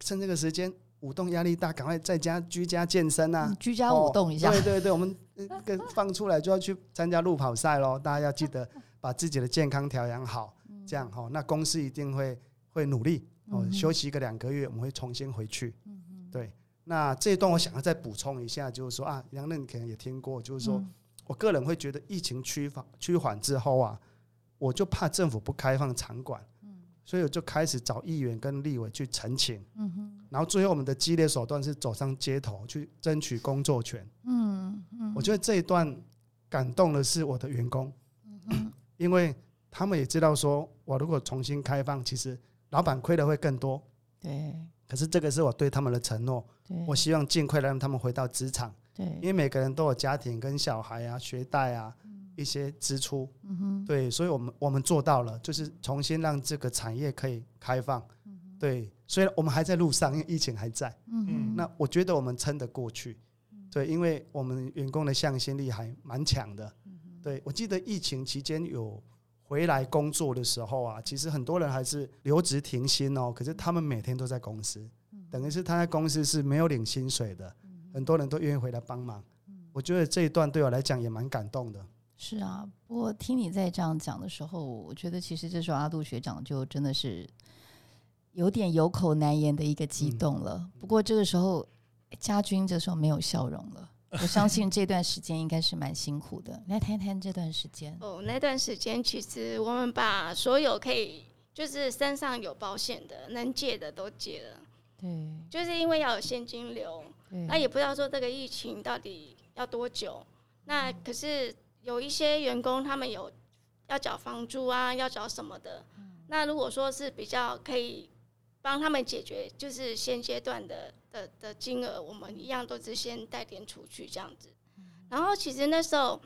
趁这个时间舞动压力大，赶快在家居家健身啊
嗯，居家舞动一下
哦。，对对对，我们呃那个放出来就要去参加路跑赛喽，大家要记得把自己的健康调养好，这样哈、哦，那公司一定会会努力哦，
嗯嗯哼
休息个两个月，我们会重新回去。对，那这一段我想要再补充一下，就是说啊，杨任你可能也听过，就是说、我个人会觉得疫情趋缓趋缓之后啊，我就怕政府不开放场馆，所以我就开始找议员跟立委去澄清，然后最后我们的激烈手段是走上街头去争取工作权，我觉得这一段感动的是我的员工，因为他们也知道说，我如果重新开放，其实老板亏的会更多。
对
可是这个是我对他们的承诺，
对，
我希望尽快让他们回到职场，因
对
为每个人都有家庭跟小孩啊、学贷啊一些支出。对，所以我们我们做到了，就是重新让这个产业可以开放。对，虽然我们还在路上，因为疫情还在，
嗯
那我觉得我们撑得过去。对，因为我们员工的向心力还蛮强的。对，我记得疫情期间有回来工作的时候啊，其实很多人还是留职停薪哦，可是他们每天都在公司，等于是他在公司是没有领薪水的，很多人都愿意回来帮忙。我觉得这一段对我来讲也蛮感动的。
是啊。不过听你在这样讲的时候，我觉得其实这时候阿杜学长就真的是有点有口难言的一个激
嗯
动了。不过这个时候，家军这时候没有笑容 了。我相信这段时间应该是蛮辛苦的。来谈一谈这段时间。
哦，那段时间其实我们把所有可以就是身上有保险的、能借的都借了，
对
就是因为要有现金流，
对，
哎
那也不知道说这个疫情到底要多久。那可是有一些员工他们有要缴房租啊，要缴什么的。那如果说是比较可以帮他们解决，就是现阶段的的的金额，我们一样都是先带点出去这样子。然后其实那时候，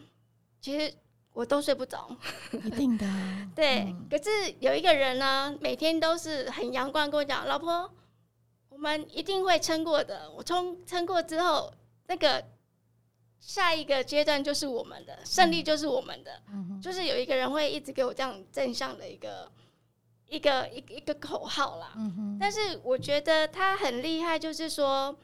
其实我都睡不着，
一定的啊。
对，可是有一个人呢，每天都是很阳光，跟我讲：“老婆，我们一定会撑过的。我冲撑过之后，那个下一个阶段就是我们的胜利，就是我们的。就是有一个人会一直给我这样正向的一个一个一个一个口号啦。但是我觉得他很厉害，就是说，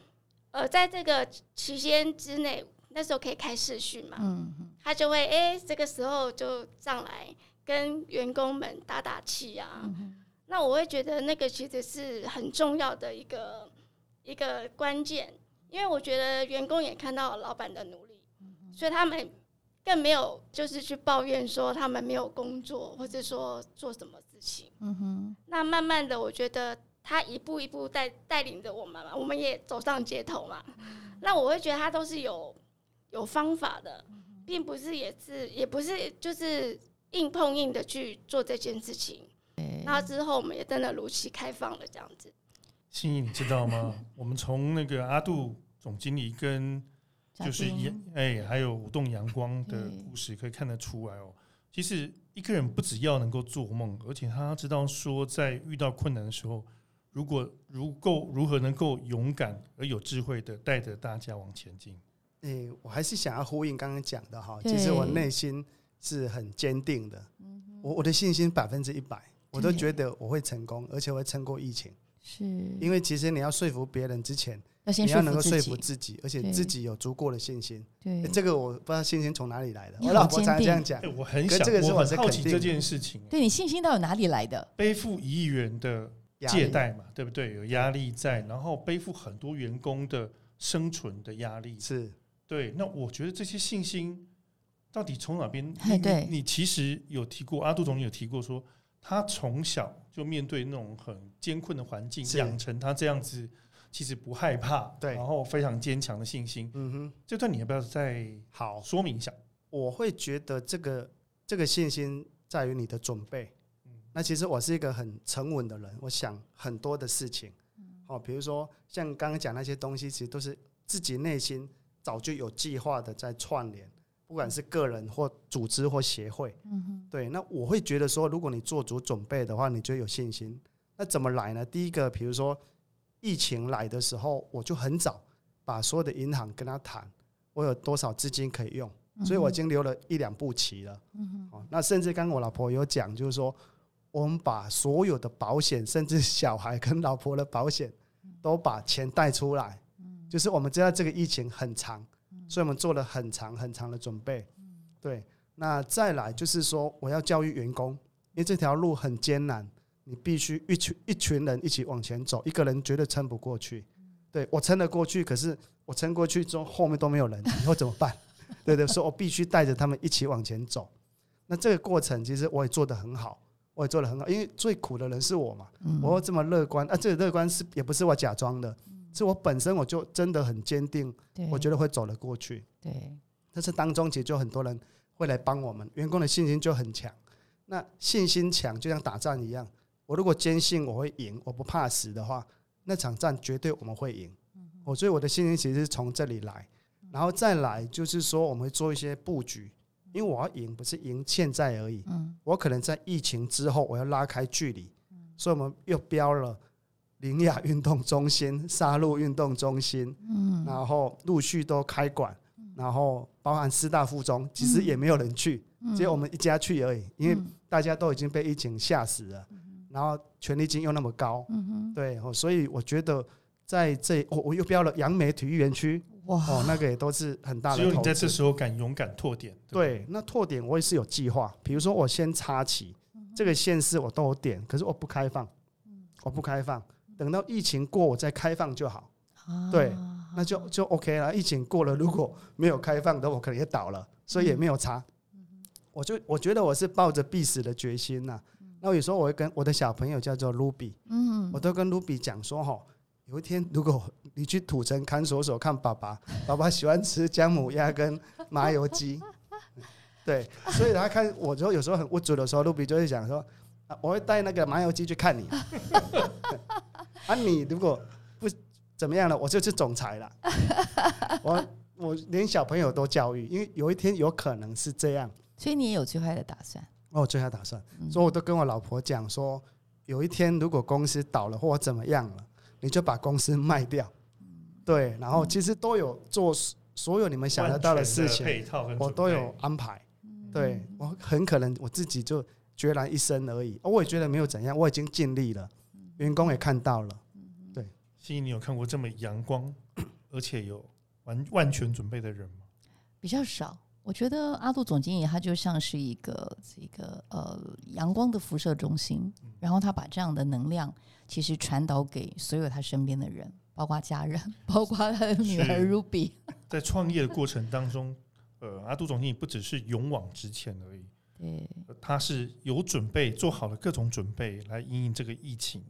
呃，在这个期间之内，那时候可以开视讯嘛，
嗯 嗯
他就会哎、诶这个时候就上来跟员工们打打气啊。
嗯
那我会觉得那个其实是很重要的一个一个关键，因为我觉得员工也看到老板的努力，
嗯
所以他们更没有就是去抱怨说他们没有工作，或者说做什么事情。
嗯哼，
那慢慢的，我觉得他一步一步带带领着我们嘛，我们也走上街头嘛。那我会觉得他都是有有方法的，并不是也是也不是就是硬碰硬的去做这件事情。那之后我们也真的如期开放了，这样子。
心怡，你知道 吗？我们从那个阿杜总经理跟
嘉
就是
宾
阳哎、还有舞动阳光的
对
故事可以看得出来哦。其实一个人不只要能够做梦，而且他知道说，在遇到困难的时候，如果如够如何能够勇敢而有智慧的带着大家往前进。
诶、我还是想要呼应刚刚讲的哈，
对嗯
其实我内心是很坚定的，我我的信心百分之一百，我都
对
觉得我会成功，而且我会撑过疫情。
是
因为其实你要说服别人之前，
要先
你要能够
说
说
服
服
己，
自己，而且
对
自己有足够的信心。
对
诶，这个我不知道信心从哪里来的，
你
我
好
老婆
坚
常常这样
定
讲
哎、。我很
可
想，
这个是
我
我
很
是
好
肯
奇
定
这件事情，哦
对你信心到底哪里来的？
背负一亿元的
压力
借贷嘛，对不对？有压力在，然后背负很多员工的生存的压力。
是
对，那我觉得这些信心到底从哪边？
嘿
你
对
你，你其实有提过，阿杜总有提过说，他从小就面对那种很艰困的环境，
是
养成他这样子其实不害怕，
对
然后非常坚强的信心。
嗯哼，
这段你要不要再
好，
说明一下？
我会觉得这个这个信心在于你的准备
嗯。
那其实我是一个很沉稳的人，我想很多的事情，哦，比如说像刚刚讲那些东西，其实都是自己内心早就有计划的在串联，不管是个人或组织或协会，嗯对。那我会觉得说，如果你做足准备的话，你就有信心。那怎么来呢？第一个，比如说疫情来的时候，我就很早把所有的银行跟他谈，我有多少资金可以用。所以
嗯
我已经留了一两步棋了。哦，那甚至刚刚我老婆有讲，就是说我们把所有的保险，甚至小孩跟老婆的保险，都把钱带出来。就是我们知道这个疫情很长，所以我们做了很长很长的准备。对，那再来就是说，我要教育员工，因为这条路很艰难，你必须一群一群人一起往前走，一个人绝对撑不过去。对我撑得过去，可是我撑过去之后，后面都没有人，以后怎么办？对对，所以我必须带着他们一起往前走。那这个过程其实我也做得很好，我也做得很好，因为最苦的人是我嘛，我又这么乐观啊，这个乐观是也不是我假装的，是我本身我就真的很坚定，
对，
我觉得会走得过去。
对，
但是当中其实就很多人会来帮我们，员工的信心就很强。那信心强，就像打仗一样，我如果坚信我会赢，我不怕死的话，那场战绝对我们会赢。我所以我的信心其实是从这里来，然后再来就是说我们会做一些布局，因为我要赢不是赢现在而已，
嗯
我可能在疫情之后我要拉开距离，所以我们又标了林雅运动中心、沙鹿运动中心，
嗯，
然后陆续都开馆，然后包含师大附中，其实也没有人去，
嗯
只有我们一家去而已，因为大家都已经被疫情吓死了，
嗯
然后权力金又那么高，对，哦所以我觉得在这我我又标了杨梅体育园区，
哇，
哦，那个也都是很大
只
的
有你
投
在这
资。
时候敢勇敢拓点，不
对，那拓点我也是有计划，比如说我先插旗，这个县市我都有点，可是我不开放，我不开放，等到疫情过我再开放就好。对
啊
那就就 OK 了。疫情过了，如果没有开放的，我可能也倒了，所以也没有差。我就我觉得我是抱着必死的决心呐、那我有时候我会跟我的小朋友叫做 Ruby，
嗯
我都跟 Ruby 讲说哈，有一天如果你去土城看守所看爸 爸，爸爸喜欢吃姜母鸭跟麻油鸡， 对，所以他看我就有时候很无助的时候，Ruby 就会讲说，啊我会带那个麻油鸡去看你， 啊，你如果不怎么样了，我就是总裁了，我我连小朋友都教育，因为有一天有可能是这样。
所以你也有最坏的打算，
我哦最下打算，
嗯
所以我都跟我老婆讲说，有一天如果公司倒了或怎么样了，你就把公司卖掉。
嗯
对，然后其实都有做所所有你们想得到的事情，
配套跟
我
准
都
备
有安排。
嗯
对我很可能我自己就决然一身而已，哦我也觉得没有怎样，我已经尽力了，
嗯
员工也看到了。
心怡，你有看过这么阳光，而且有完万全准备的人吗？
比较少。我觉得阿杜总经理他就像是一个这个呃阳光的辐射中心，
嗯
然后他把这样的能量其实传导给所有他身边的人，包括家人， 包括他的女儿
是
Ruby。
在创业的过程当中， 呃，阿杜总经理不只是勇往直前而已，
对，
呃他是有准备，做好了各种准备来应应这个疫情，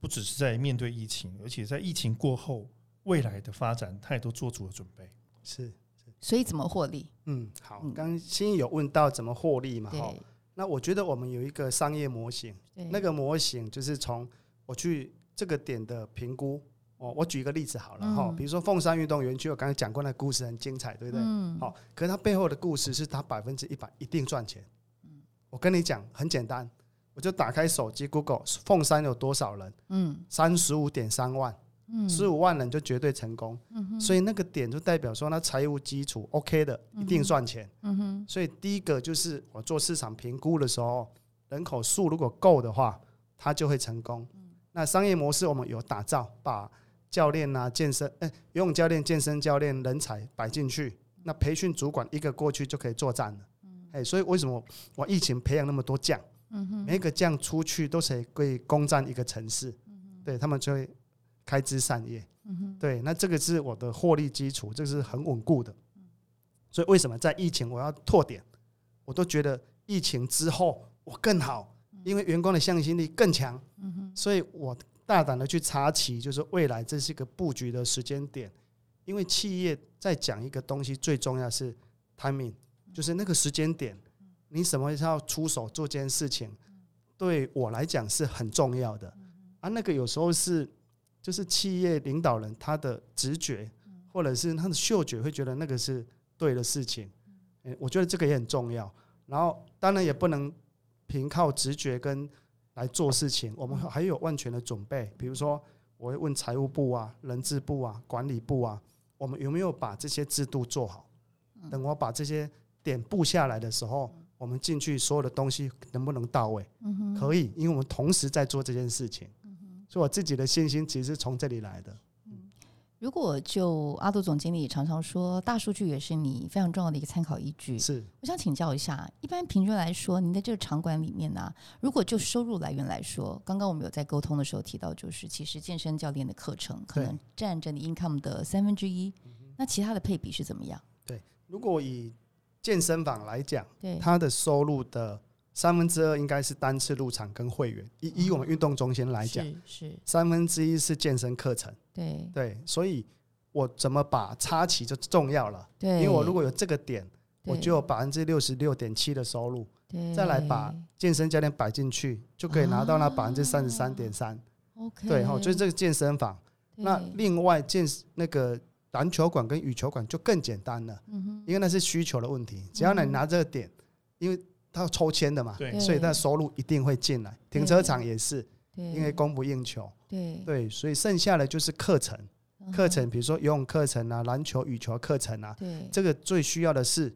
不只是在面对疫情，而且在疫情过后未来的发展，他也都做足了准备。
是，
所以怎么获利？
嗯，好
嗯，
刚刚欣怡有问到怎么获利嘛？哈
对，
那我觉得我们有一个商业模型。
对，
那个模型就是从我去这个点的评估。哦，我举一个例子好了哈、
嗯
比如说凤山运动园区，我刚才讲过那故事很精彩，对不对？好、
嗯
可是它背后的故事是它百分之一百一定赚钱。
嗯
我跟你讲很简单，我就打开手机 Google 凤山有多少人，
嗯
三十五点三万，
嗯
十五万人就绝对成功。所以那个点就代表说，那财务基础 OK 的，一定赚钱。
嗯哼
所以第一个就是我做市场评估的时候，人口数如果够的话，它就会成功。那商业模式我们有打造，把教练啊、健身、哎、游泳教练、健身教练人才摆进去，那培训主管一个过去就可以作战了。哎，所以为什么我疫情培养那么多将？每一个将出去都是可以攻占一个城市，对他们就会开枝散叶。对，那这个是我的获利基础，这是很稳固的。所以为什么在疫情我要拓点？我都觉得疫情之后我更好，因为员工的向心力更强。所以我大胆的去查起，就是未来这是一个布局的时间点。因为企业在讲一个东西，最重要是 timing，就是那个时间点，你什么时候出手做这件事情，对我来讲是很重要的。啊，那个有时候是就是企业领导人他的直觉，或者是他的嗅觉会觉得那个是对的事情。诶我觉得这个也很重要。然后当然也不能凭靠直觉跟来做事情，我们还有万全的准备。比如说，我会问财务部啊、人事部啊、管理部啊，我们有没有把这些制度做好？
嗯
等我把这些点布下来的时候，我们进去所有的东西能不能到位？
嗯哼，嗯
可以，因为我们同时在做这件事情。所以我自己的信心其实是从这里来的。
如果就阿杜总经理常常说，大数据也是你非常重要的一个参考依据。
是
我想请教一下，一般平均来说，您的这个场馆里面呢、如果就收入来源来说，刚刚我们有在沟通的时候提到，就是其实健身教练的课程可
对嗯
能占着你 income 的三分之一，那其他的配比是怎么样？
如果以健身房来讲，
对，
它的收入的三分之二应该是单次入场跟会员。以以我们运动中心来讲，
嗯是是，
三分之一是健身课程。
对
对，所以我怎么把插旗就重要了，
对，
因为我如果有这个点，我
对
就有百分之六十六点七的收入，再来把
对
健身教练摆进去，就可以拿到那百分之三十
啊
三点三。
OK，
对哈，就是这个健身房。那
对
另外健那个篮球馆跟羽球馆就更简单了，
嗯
因为那是需求的问题，只要你
嗯哼
拿这个点，因为它要抽签的嘛，
对
所以它收入一定会进来。停车场也是，
对
因为供不应求，
对
对，所以剩下的就是课程，
嗯
课程比如说游泳课程啊、篮球、羽球课程啊，
对
这个最需要的是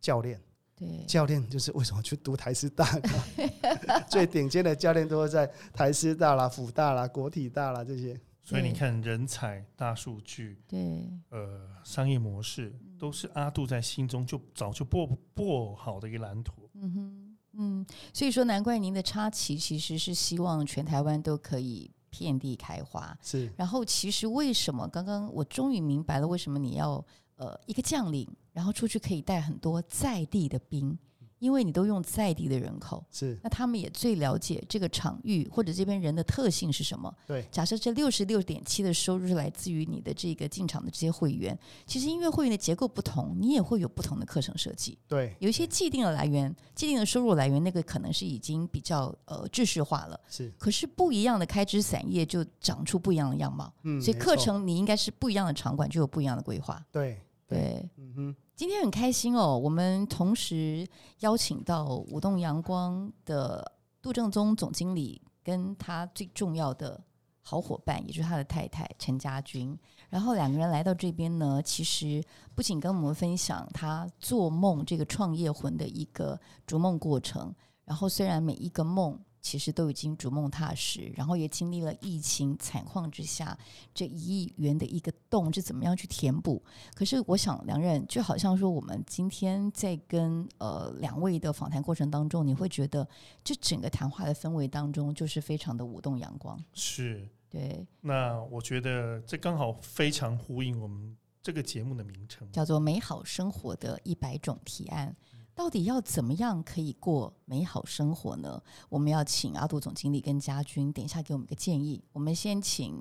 教练。
对
教练就是为什么去读台师大呢？ 最顶尖的教练都会在台师大啦、辅大啦、国体大啦这些。
所以你
对
看，人才、大数据、
对
呃，商业模式，都是阿杜在心中就早就播播好的一个蓝图。
嗯哼，嗯，所以说难怪您的插旗其实是希望全台湾都可以遍地开花。
是
然后其实为什么刚刚我终于明白了，为什么你要呃一个将领，然后出去可以带很多在地的兵，因为你都用在地的人口。
是，
那他们也最了解这个场域或者这边人的特性是什么。
对
假设这六十六点七的收入是来自于你的这个进场的这些会员，其实因为会员的结构不同，你也会有不同的课程设计。
对，
有一些既定的来源、既定的收入来源，那个可能是已经比较呃制式化了。
是，
可是不一样的开枝散叶就长出不一样的样貌，
嗯，
所以
没
课
错
程你应该是不一样的场馆就有不一样的规划。
对，对
对，
嗯哼，
今天很开心哦，我们同时邀请到舞动阳光的杜正宗总经理跟他最重要的好伙伴，也就是他的太太陈家军。然后两个人来到这边呢，其实不仅跟我们分享他做梦这个创业魂的一个逐梦过程，然后虽然每一个梦。其实都已经逐梦踏实，然后也经历了疫情惨况之下这一亿元的一个洞是怎么样去填补，可是我想，梁任就好像说，我们今天在跟呃两位的访谈过程当中，你会觉得这整个谈话的氛围当中，就是非常的舞动阳光。
是，
对，
那我觉得这刚好非常呼应我们这个节目的名称。
叫做美好生活的一百种提案。到底要怎么样可以过美好生活呢？我们要请阿杜总经理跟家军等一下给我们一个建议。我们先请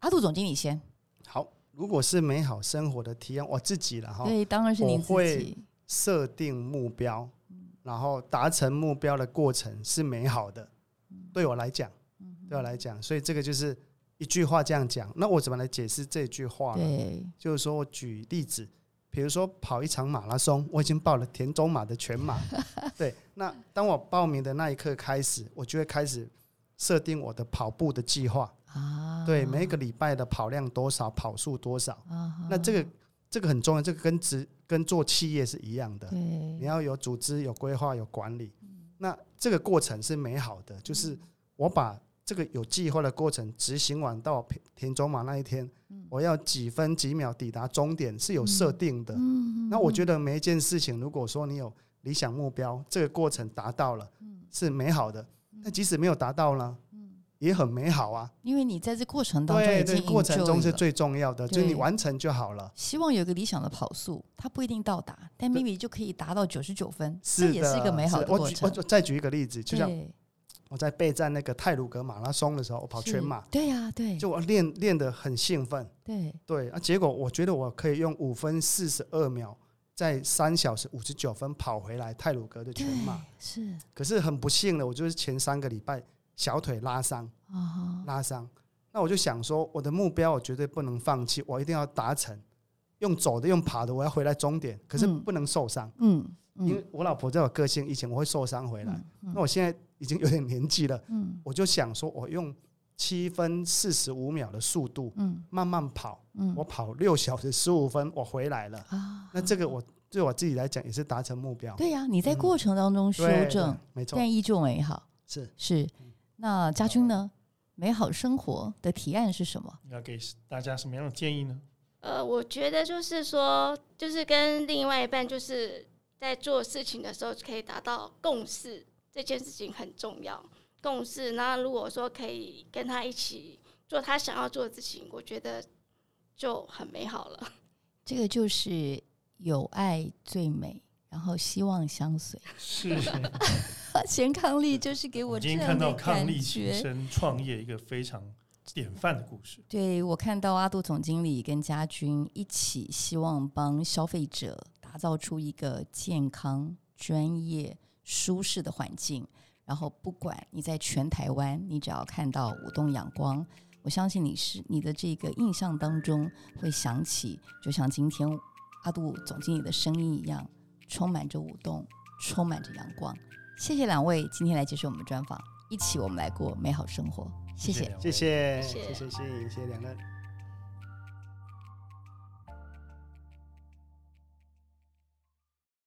阿杜总经理先。
好。如果是美好生活的体验，我自己了哈，
对，当然是您自
我
己
会。设定目标，然后达成目标的过程是美好的，对我来讲，
嗯
对我来讲，所以这个就是一句话这样讲。那我怎么来解释这句话呢？
对，
就是说我举例子，比如说跑一场马拉松，我已经报了田中马的全马， 对。那当我报名的那一刻开始，我就会开始设定我的跑步的计划，
啊，
对，每一个礼拜的跑量多少，跑速多少。
啊，
那这个这个很重要，这个跟职跟做企业是一样的，你
对，嗯
要有组织、有规划、有管理。那这个过程是美好的，就是我把这个有计划的过程执行完到田田中马那一天，我要几分几秒抵达终点是有设定的。
嗯嗯
那我觉
得
得每一件事情，如果说你有理想目标，这个过程达到了
嗯
是美好的，但即使没有达到呢，也很美好啊。
因为你在这过程当中
对
已
对，
经
过程中
enjoy
是
了
最重要的，就是你
对
完成就好了。
希望有一个理想的跑速，它不一定到达，但
对
maybe 就可以达到九十九分，
是
这
的，
也是一个美好的
是我
过
举
程
我。我再举一个例子，就像
对，
我在备战那个泰鲁格马拉松的时候，我跑
是
全马，
对呀、对，
就我练练得很兴奋，
对，
对啊，结果我觉得我可以用五分四十二秒，在三小时五十九分跑回来泰鲁格的全
对
马，
是
可是很不幸的，我就是前三个礼拜小腿拉伤，
啊，
拉伤。那我就想说，我的目标我绝对不能放弃，我一定要达成。用走的，用爬的，我要回来终点，可是
嗯
不能受伤。
嗯
因
嗯
为我老婆这种个性，以前我会受伤回来。
嗯
那我现在已经有点年纪了，
嗯
我就想说，我用七分四十五秒的速度
嗯
慢慢跑，
嗯
我跑六小时十五分，我回来了。
啊，
那这个我对我自己来讲也是达成目标，
对呀、你在
嗯
过程当中修
对嗯
正，，
对没错，
但依旧美好
是
是。那家军呢？美好生活的提案是什么？
你要给大家什么样的建议呢？
呃，我觉得就是说，就是跟另外一半就是在做事情的时候可以达到共识，这件事情很重要。共识，那如果说可以跟他一起做他想要做的事情，我觉得就很美好了。
这个就是有爱最美，然后希望相随。
是，
钱康利就是给我这
今天
样
看
的
到抗
感
力起
觉。
身创业一个非常典范的故事，
对我看到阿杜总经理跟家军一起，希望帮消费者打造出一个健康、专业、舒适的环境。然后，不管你在全台湾，你只要看到舞动阳光，我相信你是你的这个印象当中会想起，就像今天阿杜总经理的声音一样，充满着舞动，充满着阳光。谢谢两位今天来接受我们的专访，一起我们来过美好生活。谢谢
两位
谢谢，
谢谢
谢谢谢谢谢谢两个。